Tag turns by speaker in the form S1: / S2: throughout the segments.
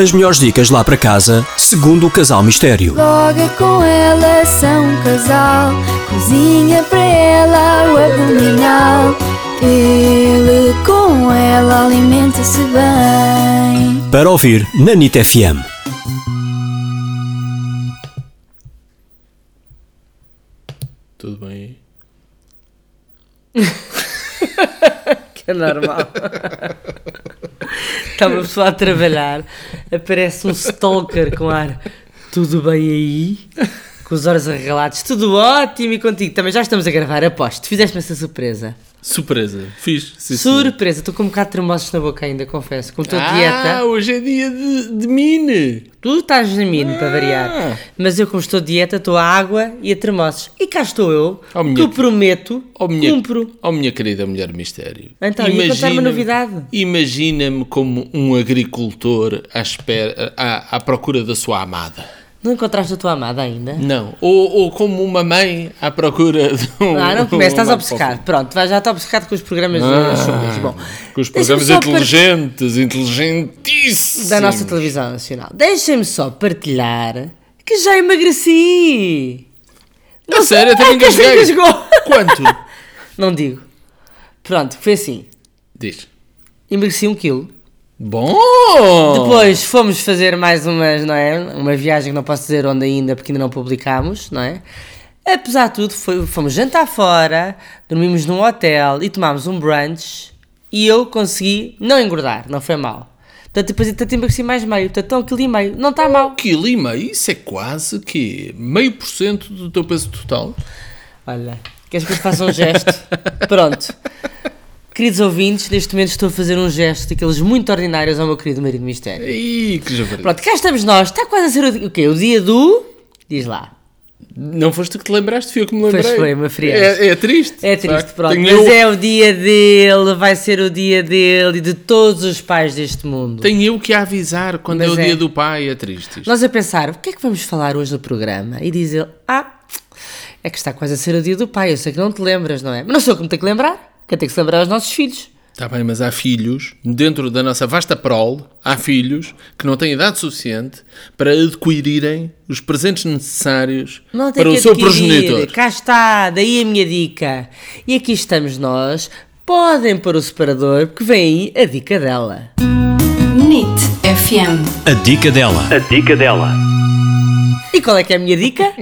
S1: As melhores dicas lá para casa, segundo o Casal Mistério.
S2: Logo com ela são um casal, cozinha para ela o abdominal. Ele com ela alimenta-se bem.
S1: Para ouvir na NIT FM.
S3: Tudo bem?
S4: que é normal. Está uma pessoa a trabalhar, aparece um stalker com ar tudo bem aí, com os olhos arregalados, tudo ótimo e contigo. Também já estamos a gravar, aposto. Fizeste-me essa surpresa.
S3: Surpresa. Fiz. sim, senhor.
S4: surpresa, estou com um bocado de tremosos na boca ainda, confesso. Com a tua
S3: ah,
S4: dieta,
S3: hoje é dia de, de mine.
S4: tu estás na mim para
S3: Ah!
S4: variar. Mas eu, como estou de dieta, estou à água e a tremosos. E cá estou eu,
S3: Oh, minha-
S4: que eu prometo,
S3: Oh minha,
S4: cumpro.
S3: oh, minha querida Mulher Mistério.
S4: Então, ia contar uma novidade.
S3: Imagina-me como um agricultor à, espera, à, à procura da sua amada.
S4: Não encontraste a tua amada ainda?
S3: Não. Ou, ou como uma mãe à procura de um.
S4: Ah, não começa, estás
S3: uma-
S4: obcecado. Pronto, vai, já está obcecado com os programas
S3: Ah,
S4: ah, chumbos. Bom,
S3: com os
S4: deixa-me
S3: programas
S4: só par-
S3: inteligentes, inteligentíssimos.
S4: Da nossa televisão nacional. Deixem-me só partilhar que já emagreci.
S3: A sério, eu também
S4: Ai, que esta
S3: engasguei.
S4: engasgou.
S3: Quanto?
S4: Não digo. Pronto, foi assim.
S3: Diz.
S4: Emagreci um quilo.
S3: Bom!
S4: Depois fomos fazer mais umas, não é? Uma viagem que não posso dizer onde ainda, porque ainda não publicámos, não é? Apesar de tudo, foi- fomos jantar fora, dormimos num hotel e tomámos um brunch e eu consegui não engordar, não foi mal. Portanto, depois até emagreci mais meio, portanto, um quilo e meio, não está mal.
S3: Um quilo e meio, isso é quase que meio por cento do teu peso total.
S4: Olha, queres que eu te faça um gesto? Pronto. Queridos ouvintes, neste momento estou a fazer um gesto daqueles muito ordinários ao meu querido marido mistério.
S3: Ih, que javarito.
S4: Pronto, cá estamos nós, está quase a ser o, di- o quê? O dia do... Diz lá.
S3: Não foste tu que te lembraste, fui eu que me lembrei.
S4: Pois foi, uma friagem.
S3: é, é triste.
S4: É
S3: de facto.
S4: triste, pronto.
S3: Tenho
S4: Mas
S3: eu,
S4: é o dia dele, vai ser o dia dele e de todos os pais deste mundo.
S3: tenho eu que a avisar quando
S4: Mas
S3: é o
S4: é.
S3: dia do pai, é triste isto.
S4: Nós a pensar, o que é que vamos falar hoje no programa? E diz ele, ah, é que está quase a ser o dia do pai, eu sei que não te lembras, não é? Mas não sou eu que me tenho que lembrar, quem tem que se lembrar é os nossos filhos.
S3: Está Tá bem, mas há filhos, dentro da nossa vasta prole, há filhos que não têm idade suficiente para adquirirem os presentes necessários
S4: Não tem
S3: para
S4: que
S3: o seu
S4: adquirir.
S3: progenitor.
S4: Cá está, daí a minha dica. E aqui estamos nós, podem pôr o separador, porque vem aí a dica dela.
S5: NIT FM.
S1: A dica dela.
S4: E qual é que é a minha dica?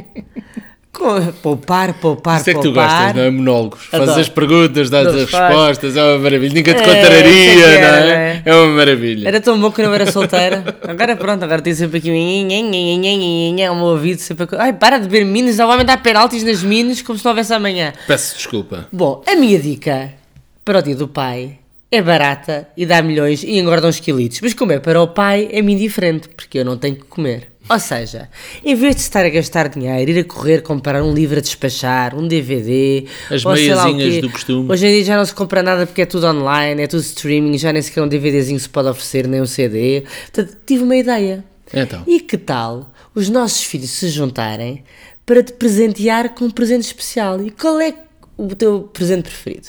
S4: Co- Poupar, poupar,
S3: Isso é que tu
S4: poupar.
S3: gostas, não é? Monólogos.
S4: Adoro.
S3: Fazes as perguntas, dás
S4: Dou
S3: as
S4: respostas.
S3: respostas, é uma maravilha. Nunca te
S4: É,
S3: contraria,
S4: é,
S3: não
S4: é.
S3: é? É uma maravilha.
S4: Era tão bom quando eu era solteira. Agora pronto, agora tem sempre aqui um o meu ouvido sempre. a- Ai, para de ver minas, já o homem dá penaltis nas minas como se não houvesse amanhã.
S3: Peço desculpa.
S4: Bom, a minha dica para o dia do pai é barata e dá milhões e engorda uns quilitos. Mas como é para o pai, é-me indiferente, porque eu não tenho que comer. Ou seja, em vez de estar a gastar dinheiro, ir a correr, comprar um livro a despachar, um DVD,
S3: As
S4: ou sei lá o
S3: meiazinhas
S4: quê.
S3: do costume.
S4: Hoje em dia já não se compra nada porque é tudo online, é tudo streaming, já nem sequer um DVDzinho se pode oferecer, nem um CD. Portanto, tive uma ideia.
S3: Então.
S4: E que tal os nossos filhos se juntarem para te presentear com um presente especial? E qual é o teu presente preferido?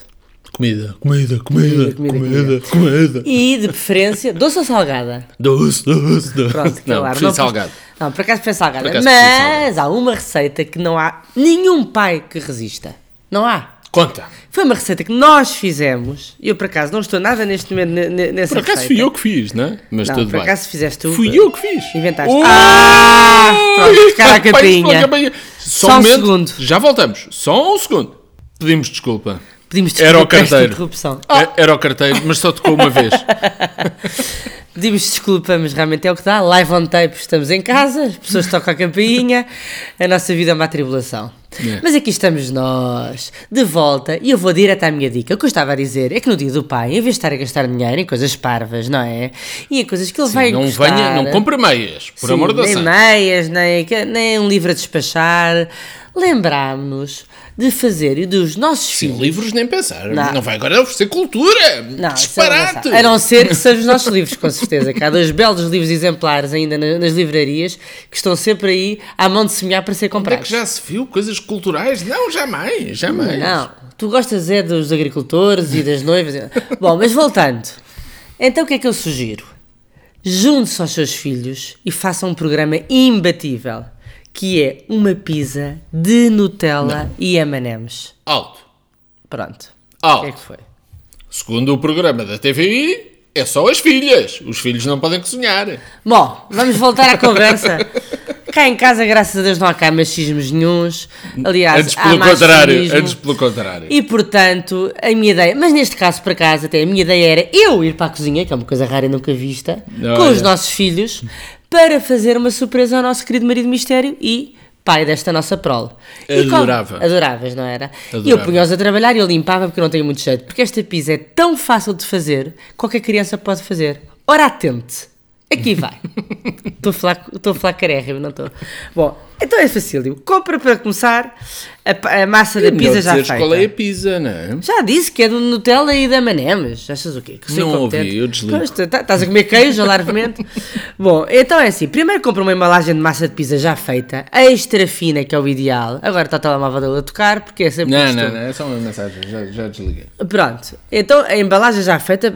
S3: Comida, comida, comida, comida,
S4: comida,
S3: comida.
S4: E de preferência, doce ou salgada?
S3: Doce, doce, doce.
S4: Pronto,
S3: não,
S4: claro.
S3: prefiro salgado.
S4: Não, por acaso prefiro salgada.
S3: Por acaso prefiro
S4: Mas há uma receita que não há nenhum pai que resista. Não há.
S3: Conta.
S4: Foi uma receita que nós fizemos. Eu, por acaso, não estou nada neste momento ne- ne- nessa
S3: Por acaso
S4: receita.
S3: fui eu que fiz, não é? Mas
S4: tá. Não,
S3: tudo
S4: por
S3: bem.
S4: acaso fizeste tu.
S3: Fui eu que fiz.
S4: Inventaste.
S3: Ui!
S4: Ah! Pronto, cara a
S3: Rapaz,
S4: capinha.
S3: pela capinha. Só,
S4: Só um
S3: um momento.
S4: segundo.
S3: Já voltamos. Só um segundo. Pedimos desculpa.
S4: Pedimos desculpa
S3: Era o
S4: por esta
S3: carteiro.
S4: interrupção.
S3: É- Era o carteiro, mas só tocou uma vez.
S4: Pedimos desculpa, mas realmente é o que dá. Live on tape, estamos em casa, as pessoas tocam a campainha, a nossa vida é uma atribulação.
S3: É.
S4: Mas aqui estamos nós, de volta, e eu vou direto à minha dica. O que eu estava a dizer é que no dia do pai, em vez de estar a gastar dinheiro em coisas parvas, não é? E em coisas que ele vai
S3: não
S4: gostar,
S3: venha, não compre meias, por
S4: Sim,
S3: amor da
S4: nem
S3: santa.
S4: meias, nem, que- nem um livro a despachar, lembrámos-nos de fazer e dos nossos
S3: Sim,
S4: filhos.
S3: livros nem pensar.
S4: Não.
S3: Não, vai agora oferecer cultura.
S4: Não, isso é
S3: Disparate.
S4: engraçado. a não ser que sejam os nossos livros, com certeza. Que há dois belos livros exemplares ainda na- nas livrarias que estão sempre aí à mão de semear para ser
S3: Onde é
S4: comprados.
S3: que já se viu coisas culturais? Não, jamais, jamais.
S4: Não, tu gostas é dos agricultores e das noivas. Bom, mas voltando. Então o que é que eu sugiro? Junte-se aos seus filhos e faça um programa imbatível, que é uma pizza de Nutella e M&M's.
S3: Alto.
S4: Pronto.
S3: Alto.
S4: O que é que foi?
S3: Segundo o programa da TVI, é só as filhas. Os filhos não podem cozinhar. É
S4: Bom, vamos voltar à conversa. Cá em casa, graças a Deus, não há cá machismos nenhuns. Aliás,
S3: antes
S4: há
S3: pelo
S4: mais
S3: contrário.
S4: feminismo.
S3: Antes pelo contrário.
S4: E portanto, a minha ideia, mas neste caso por acaso até a minha ideia era eu ir para a cozinha, que é uma coisa rara e nunca vista,
S3: Olha.
S4: com os nossos filhos, para fazer uma surpresa ao nosso querido marido mistério e pai desta nossa prole. E com-
S3: Adorava.
S4: adoráveis, não era?
S3: Adorava.
S4: E eu punha-os a trabalhar e eu limpava porque eu não tenho muito jeito, porque esta pizza é tão fácil de fazer, qualquer criança pode fazer. Ora, atente. Aqui vai. Estou a falar, estou a falar carérrimo, não estou. Bom, então é facílimo. Compra para começar a, pa- a massa da
S3: Melhor
S4: pizza já
S3: dizeres
S4: feita.
S3: qual é a pizza, não é?
S4: Já disse que é do Nutella e da Manemes. Achas o quê? Que sou
S3: Não
S4: incompetente?
S3: ouvi, eu desligo.
S4: Pois, tu- tá- Estás a comer queijo, larvemente. Bom, então é assim. Primeiro compra uma embalagem de massa de pizza já feita, extra fina, que é o ideal. Agora está o telemóvel dele a tocar, porque é sempre
S3: Não,
S4: costume.
S3: não, não. É só uma mensagem. Já, já desliguei.
S4: Pronto, então a embalagem já feita,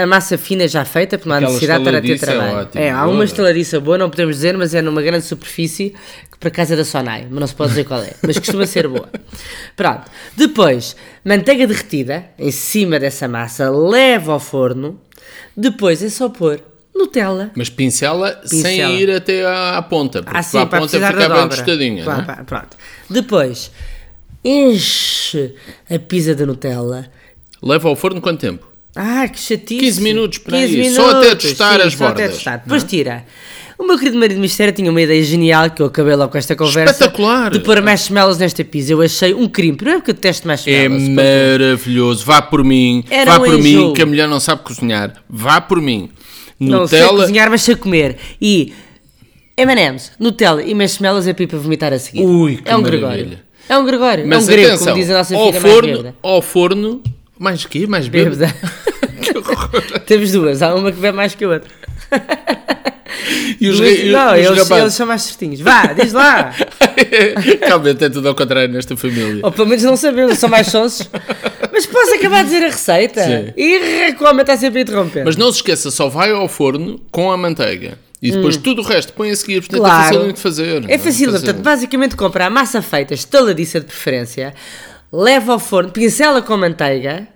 S4: a massa fina já feita, porque não há
S3: Aquela
S4: necessidade de estar a ter
S3: estaladiça é
S4: trabalho.
S3: ótimo,
S4: há
S3: boa.
S4: uma estalariça boa, não podemos dizer, mas é numa grande superfície, que por acaso é da Sonai, mas não se pode dizer qual é, mas costuma ser boa. Pronto, depois, manteiga derretida em cima dessa massa, leva ao forno, depois é só pôr Nutella.
S3: Mas pincela,
S4: Pincela.
S3: sem ir até à, à ponta. Porque
S4: Assim,
S3: para a
S4: para
S3: ponta
S4: precisar
S3: fica
S4: da
S3: bem
S4: dobra.
S3: tostadinha.
S4: Pá,
S3: não é?
S4: pá, pronto. Depois, enche a pizza de Nutella.
S3: Leva ao forno quanto tempo?
S4: Ah, que chatice.
S3: 15 minutos, por aí. Só até testar as
S4: só até
S3: bordas, é?
S4: testar. Depois tira. O meu querido marido mistério tinha uma ideia genial que eu acabei logo com esta conversa.
S3: Espetacular.
S4: De pôr marshmallows nesta pizza. Eu achei um crime. Primeiro porque eu detesto
S3: É
S4: marshmallows. pá.
S3: maravilhoso. Vá por mim.
S4: Era
S3: Vá
S4: um
S3: por mim,
S4: enjoo.
S3: que a mulher não sabe cozinhar. Vá por mim.
S4: Não sei
S3: É Nutella.
S4: cozinhar, mas sei comer. E M&M's, Nutella e marshmallows é para ir para vomitar a seguir.
S3: Ui, que
S4: É um
S3: maravilha.
S4: Gregório. É um Gregório.
S3: Mas
S4: é um grego,
S3: atenção,
S4: como diz a nossa
S3: ao
S4: filha mais
S3: forno,
S4: bêbada.
S3: ao forno, mais quê? Mais bêbada.
S4: Bêbada. Temos duas. Há uma que bebe mais que a outra.
S3: E os,
S4: Duas-
S3: ga- e
S4: não,
S3: os
S4: eles, eles
S3: rapazes.
S4: são mais certinhos. Vá, diz lá.
S3: Realmente é tudo ao contrário nesta família.
S4: Ou pelo menos não sabemos, são mais sonsos. Mas posso acabar de dizer a receita?
S3: Sim.
S4: E como está sempre a interromper.
S3: Mas não se esqueça, só vai ao forno com a manteiga. E depois tudo o resto põe a seguir. Portanto, é
S4: Hum. Claro.
S3: facilmente de fazer. não
S4: É fácil, portanto, basicamente compra a massa feita, estaladiça de preferência, leva ao forno, pincela com manteiga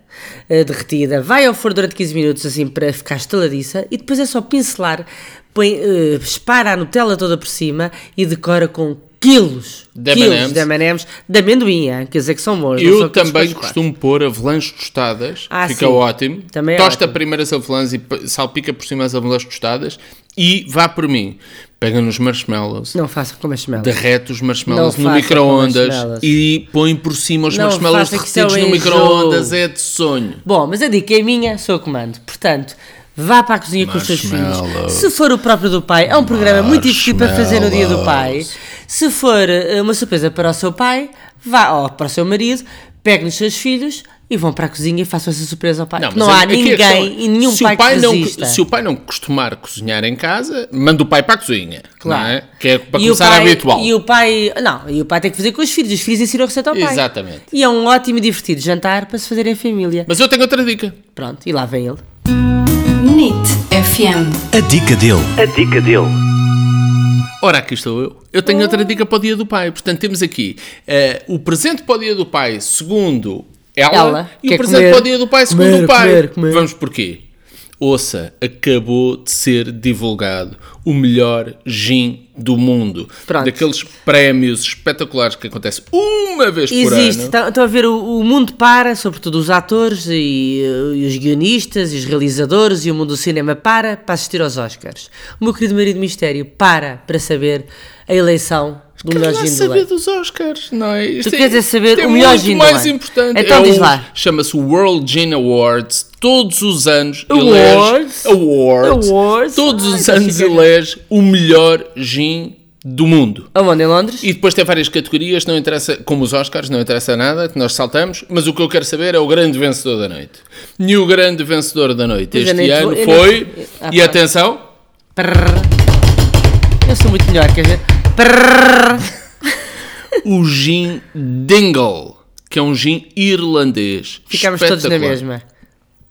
S4: eh, derretida, vai ao forno durante 15 minutos, assim, para ficar estaladiça, e depois é só pincelar, põe, eh, espara a Nutella toda por cima e decora com quilos.
S3: De
S4: quilos
S3: M&Ms.
S4: de M&M's, de amendoim, hein, quer dizer que são bons. não são
S3: Eu
S4: aqueles
S3: também
S4: coisas que-
S3: costumo pôr avelãs tostadas,
S4: Ah,
S3: fica
S4: sim.
S3: ótimo.
S4: Também é
S3: Tosta
S4: ótimo.
S3: primeiro as avelãs e p- salpica por cima as avelãs tostadas e vá por mim. Pega nos marshmallows,
S4: Não faço com marshmallows.
S3: derrete os marshmallows
S4: Não
S3: no
S4: faça
S3: micro-ondas
S4: marshmallows.
S3: e põe por cima os
S4: Não
S3: marshmallows
S4: faça que isso é
S3: derretidos no
S4: um
S3: micro-ondas.
S4: enjoo.
S3: É de sonho.
S4: Bom, mas a dica é minha, sou eu que mando. Portanto, vá para a cozinha com os seus filhos.
S3: Marshmallows.
S4: Se for o próprio do pai, é um programa muito difícil para fazer no dia do pai. Se for eh, uma surpresa para o seu pai, vá ou para o seu marido, pegue nos seus filhos e vão para a cozinha e façam essa surpresa ao pai. Ah, Não,
S3: mas a-
S4: há
S3: aqui a
S4: ninguém
S3: questão é,
S4: e nenhum
S3: se
S4: pai,
S3: o pai
S4: que
S3: não,
S4: resista.
S3: Se o pai não costumar cozinhar em casa, manda o pai para a cozinha.
S4: Claro.
S3: Não é? Que é para
S4: E o
S3: começar
S4: pai-
S3: habitual.
S4: E o pai. Não, e o pai tem que fazer com os filhos. Os filhos ensinam a receita ao pai.
S3: Exatamente.
S4: E é um ótimo e divertido jantar para se fazer em família.
S3: Mas eu tenho outra dica.
S4: Pronto, e lá vem ele.
S5: NIT FM.
S1: A dica dele.
S3: Ora, aqui estou eu. Eu tenho outra dica para o Dia do Pai. Portanto, temos aqui eh, o presente para o Dia do Pai segundo ela,
S4: Ela,
S3: e o
S4: que é
S3: presente
S4: comer.
S3: para o Dia do Pai segundo
S4: Comer,
S3: o pai.
S4: comer, comer.
S3: Vamos porquê? Ouça, acabou de ser divulgado o melhor gin do mundo.
S4: Pronto.
S3: Daqueles prémios espetaculares que acontecem uma vez por ano.
S4: Existe, estão estão a ver, o, o mundo para, sobretudo os atores e, eh, e os guionistas e os realizadores e o mundo do cinema para para assistir aos Oscars. O meu querido marido mistério para para saber a eleição do melhor
S3: Quero lá
S4: gin do
S3: saber
S4: ano.
S3: dos Oscars, não é? Isto
S4: Tu
S3: é-
S4: queres é saber
S3: isto é
S4: o melhor
S3: muito
S4: gin do
S3: mais
S4: ano.
S3: importante.
S4: Então
S3: É
S4: diz
S3: o-
S4: lá.
S3: Chama-se World Gin Awards. Todos os anos
S4: Awards.
S3: elege... Awards.
S4: Awards.
S3: Todos
S4: Ai,
S3: os
S4: tá
S3: anos
S4: chique.
S3: elege o melhor gin do mundo.
S4: Aonde, em Londres?
S3: E depois tem várias categorias, não interessa, como os Oscars, não interessa nada, que nós saltamos, mas o que eu quero saber é o grande vencedor da noite. E o grande vencedor da noite
S4: Pois eu
S3: este
S4: nem te
S3: ano
S4: vou- eu nem-
S3: foi,
S4: Ah,
S3: e
S4: pá.
S3: atenção,
S4: Prrr. Eu sou muito melhor, quer dizer. Prrr.
S3: o gin Dingle, que é um gin irlandês.
S4: Ficámos todos na
S3: Espetacular.
S4: mesma.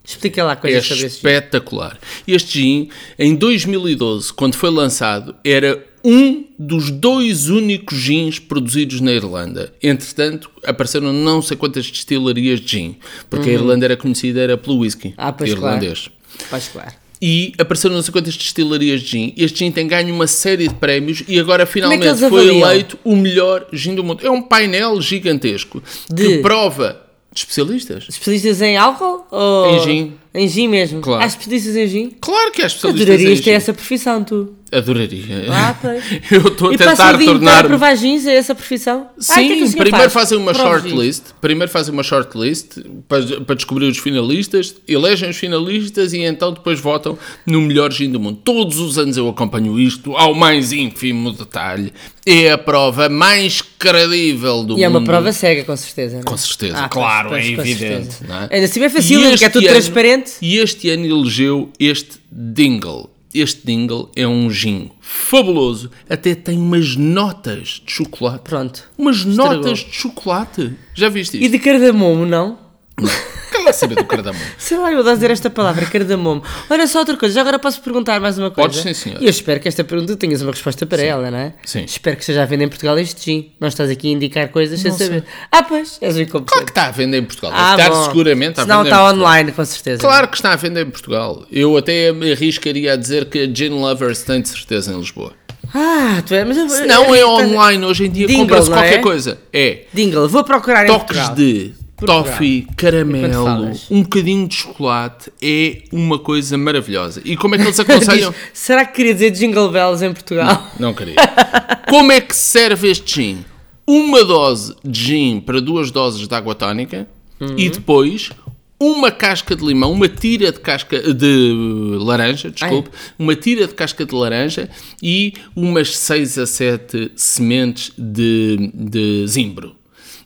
S4: Explica lá
S3: É
S4: coisas sobre este gin.
S3: espetacular. Este gin, em 2012, quando foi lançado, era um dos dois únicos gins produzidos na Irlanda. Entretanto, apareceram não sei quantas destilarias de gin, porque a Irlanda era conhecida era pelo whisky
S4: Uhum. Ah, pois, claro.
S3: irlandês.
S4: Pois claro.
S3: E apareceram não sei quantas destilarias de gin. Este gin tem ganho uma série de prémios e agora finalmente
S4: é eles
S3: foi
S4: avaliam?
S3: eleito o melhor gin do mundo. É um painel gigantesco
S4: De-
S3: que prova de especialistas.
S4: Especialistas em álcool? Ou...
S3: Em gin.
S4: Em gin mesmo.
S3: Claro.
S4: Há especialistas em gin?
S3: Claro que há especialistas em
S4: Adorarias ter
S3: gin.
S4: essa profissão, tu.
S3: Adoraria.
S4: Ah, pois.
S3: Eu estou a
S4: e passa
S3: tentar
S4: o dia inteiro a
S3: tornar.
S4: provar gins a essa profissão?
S3: Sim,
S4: Ah, e o que é que o senhor
S3: primeiro
S4: faz?
S3: fazem uma
S4: Prova gins.
S3: shortlist. Primeiro fazem uma shortlist para, para descobrir os finalistas, elegem os finalistas e então depois votam no melhor gin do mundo. Todos os anos eu acompanho isto ao mais ínfimo detalhe. É a prova mais credível do mundo.
S4: E é uma prova cega, com certeza. não é?
S3: Com certeza,
S4: Ah, pois,
S3: claro,
S4: pois,
S3: é
S4: com
S3: evidente.
S4: certeza.
S3: não é?
S4: Ainda assim é
S3: E
S4: fácil, porque é
S3: este
S4: tudo
S3: ano-
S4: transparente.
S3: E este ano elegeu este Dingle. Este Dingle é um gin fabuloso, até tem umas notas de chocolate.
S4: Pronto.
S3: Umas
S4: Estragou.
S3: notas de chocolate. Já viste
S4: E
S3: isto?
S4: de cardamomo, não?
S3: Cala a saber do cardamomo.
S4: Sei lá, eu adoro dizer esta palavra, cardamomo. Olha só outra coisa, já agora posso perguntar mais uma coisa.
S3: Podes, sim, senhora.
S4: E eu espero que esta pergunta tenhas uma resposta para ela, não é?
S3: Sim.
S4: Espero que seja a venda em Portugal este gin. Não estás aqui a indicar coisas sem saber. Ah, pois,
S3: Claro
S4: és o
S3: que
S4: incompetente.
S3: está à venda em Portugal.
S4: Ah,
S3: Deve estar
S4: bom.
S3: seguramente à
S4: Se não
S3: venda em
S4: está
S3: Portugal.
S4: online, com certeza.
S3: Claro que está à venda em Portugal. Eu até me arriscaria a dizer que a Gin Lovers tem de certeza em Lisboa.
S4: Ah, tu é, mas eu,
S3: Se não é
S4: eu-
S3: online hoje em dia,
S4: Dingle,
S3: compra-se
S4: não
S3: qualquer
S4: é?
S3: coisa. É.
S4: Dingle, vou procurar em
S3: toques
S4: Portugal.
S3: de
S4: Portugal.
S3: toffee,
S4: E quando
S3: caramelo,
S4: falas?
S3: um bocadinho de chocolate é uma coisa maravilhosa. E como é que eles
S4: Diz,
S3: aconselham?
S4: será que queria dizer Jingle Bells em Portugal?
S3: Não queria. Como é que serve este gin? Uma dose de gin para duas doses de água tónica e depois uma casca de limão, uma tira de casca de laranja, desculpe,
S4: Ah, é?
S3: uma tira de casca de laranja e umas 6 a 7 sementes de, de zimbro.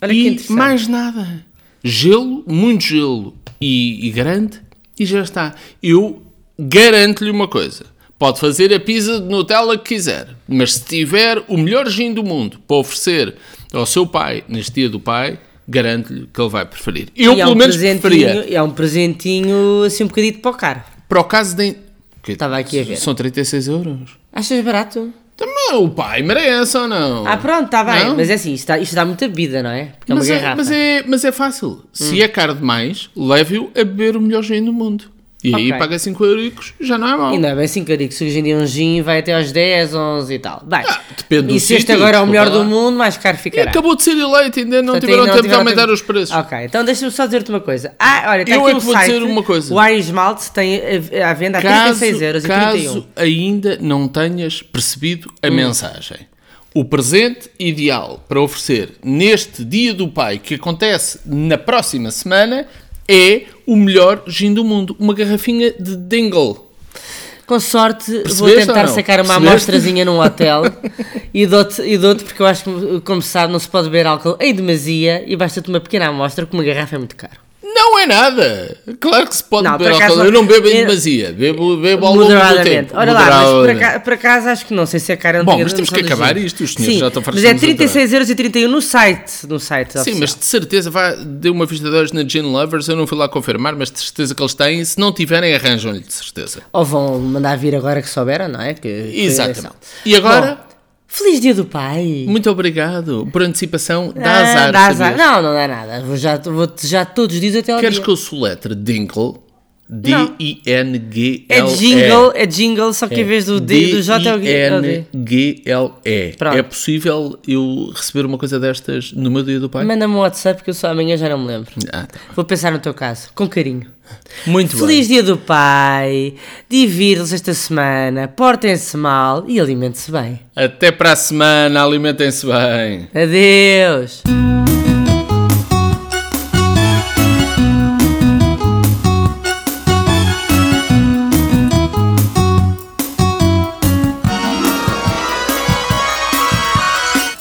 S4: Olha que
S3: e
S4: interessante.
S3: mais nada. Gelo, muito gelo e, e grande e já está. Eu garanto-lhe uma coisa. Pode fazer a pizza de Nutella que quiser, mas se tiver o melhor gin do mundo para oferecer ao seu pai neste dia do pai, garanto-lhe que ele vai preferir. Eu,
S4: E é
S3: pelo
S4: um
S3: menos,
S4: presentinho-
S3: preferia.
S4: É um presentinho assim um bocadinho para o caro.
S3: Para o caso de... que
S4: Estava aqui a ver.
S3: São 36 euros.
S4: Achas barato?
S3: Também o pai merece ou não?
S4: Ah, pronto, está bem.
S3: Não?
S4: Mas é assim, isto dá, isto dá muita bebida, não é? Porque é uma
S3: mas, é,
S4: garrafa. Hum.
S3: mas, é, mas é fácil. Se é caro demais, leve-o a beber o melhor gin do mundo. E aí
S4: Ok.
S3: paga 5 euros, já não é mau.
S4: E não é bem 5 caricos. Hoje em dia um gin vai até aos 10, 11 e tal. Bem,
S3: Ah, depende do
S4: e se este
S3: sítio,
S4: agora é o
S3: desculpa
S4: melhor
S3: lá.
S4: do mundo, mais caro
S3: E
S4: ficará.
S3: acabou de ser eleito, ainda não
S4: Portanto,
S3: tiveram
S4: ainda não
S3: tempo de
S4: tiveram
S3: aumentar
S4: tempo.
S3: os preços.
S4: Ok, então deixa-me só dizer-te uma coisa. Ah, olha, está
S3: Eu
S4: aqui
S3: é
S4: um
S3: que vou
S4: site,
S3: dizer uma coisa.
S4: O Ares Malte tem a, a venda a 36 euros e um. Hum.
S3: caso ainda não tenhas percebido a mensagem. O presente ideal para oferecer neste Dia do Pai, que acontece na próxima semana, é o melhor gin do mundo. Uma garrafinha de Dingle.
S4: Com sorte, vou
S3: Percebeste ou
S4: tentar
S3: não?
S4: sacar uma
S3: Percebeste?
S4: amostrazinha num hotel e dou-te, e dou-te, porque eu acho que, como se sabe, não se pode beber álcool em demasia e basta-te uma pequena amostra, porque uma garrafa é muito caro.
S3: Não é nada. Claro que se pode
S4: Não,
S3: beber
S4: por acaso
S3: álcool.
S4: não-
S3: Eu não bebo em
S4: eu-
S3: demasia. Bebo, bebo ao longo do
S4: Moderadamente.
S3: tempo.
S4: Olha lá, mas por
S3: Moderadamente.
S4: acaso, por acaso acho que não sei se é caro ou não.
S3: Bom,
S4: tenho
S3: mas
S4: a
S3: temos que
S4: noção do
S3: acabar
S4: gin.
S3: isto, os senhores já estão fartos
S4: Mas é
S3: de nos adorar.
S4: 36,31€ no site. No site
S3: Sim,
S4: oficial.
S3: mas de certeza vai, deu uma vista de olhos na Gin Lovers. Eu não fui lá confirmar, mas de certeza que eles têm. Se não tiverem, arranjam-lhe de certeza.
S4: Ou vão mandar vir agora que souberam, não é? Que, que
S3: Exatamente.
S4: eleição.
S3: E agora,
S4: Bom, feliz dia do pai.
S3: muito obrigado por antecipação. Dá
S4: Ah,
S3: azar.
S4: dá azar.
S3: sabias?
S4: Não, não dá nada. Vou já, vou já todos os dias até ao
S3: Queres
S4: dia.
S3: que eu soletre Dingle?
S4: Não.
S3: D-I-N-G-L-E.
S4: É jingle, é jingle, só que em vez do D, do J é o G- é o D.
S3: D-I-N-G-L-E.
S4: Pronto.
S3: É possível eu receber uma coisa destas no meu dia do pai?
S4: Manda-me um WhatsApp que eu só amanhã já não me lembro.
S3: Ah, tá.
S4: Vou pensar no teu caso, com carinho.
S3: Muito
S4: Feliz
S3: bem.
S4: dia do pai, divirtam-se esta semana, portem-se mal e alimentem-se bem.
S3: Até para a semana. Alimentem-se bem.
S4: Adeus!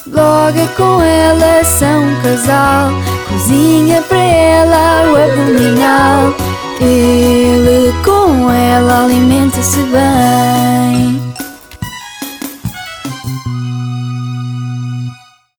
S2: Logo com ela são um casal, cozinha para ela o abdominal. Ele com ela alimenta-se bem.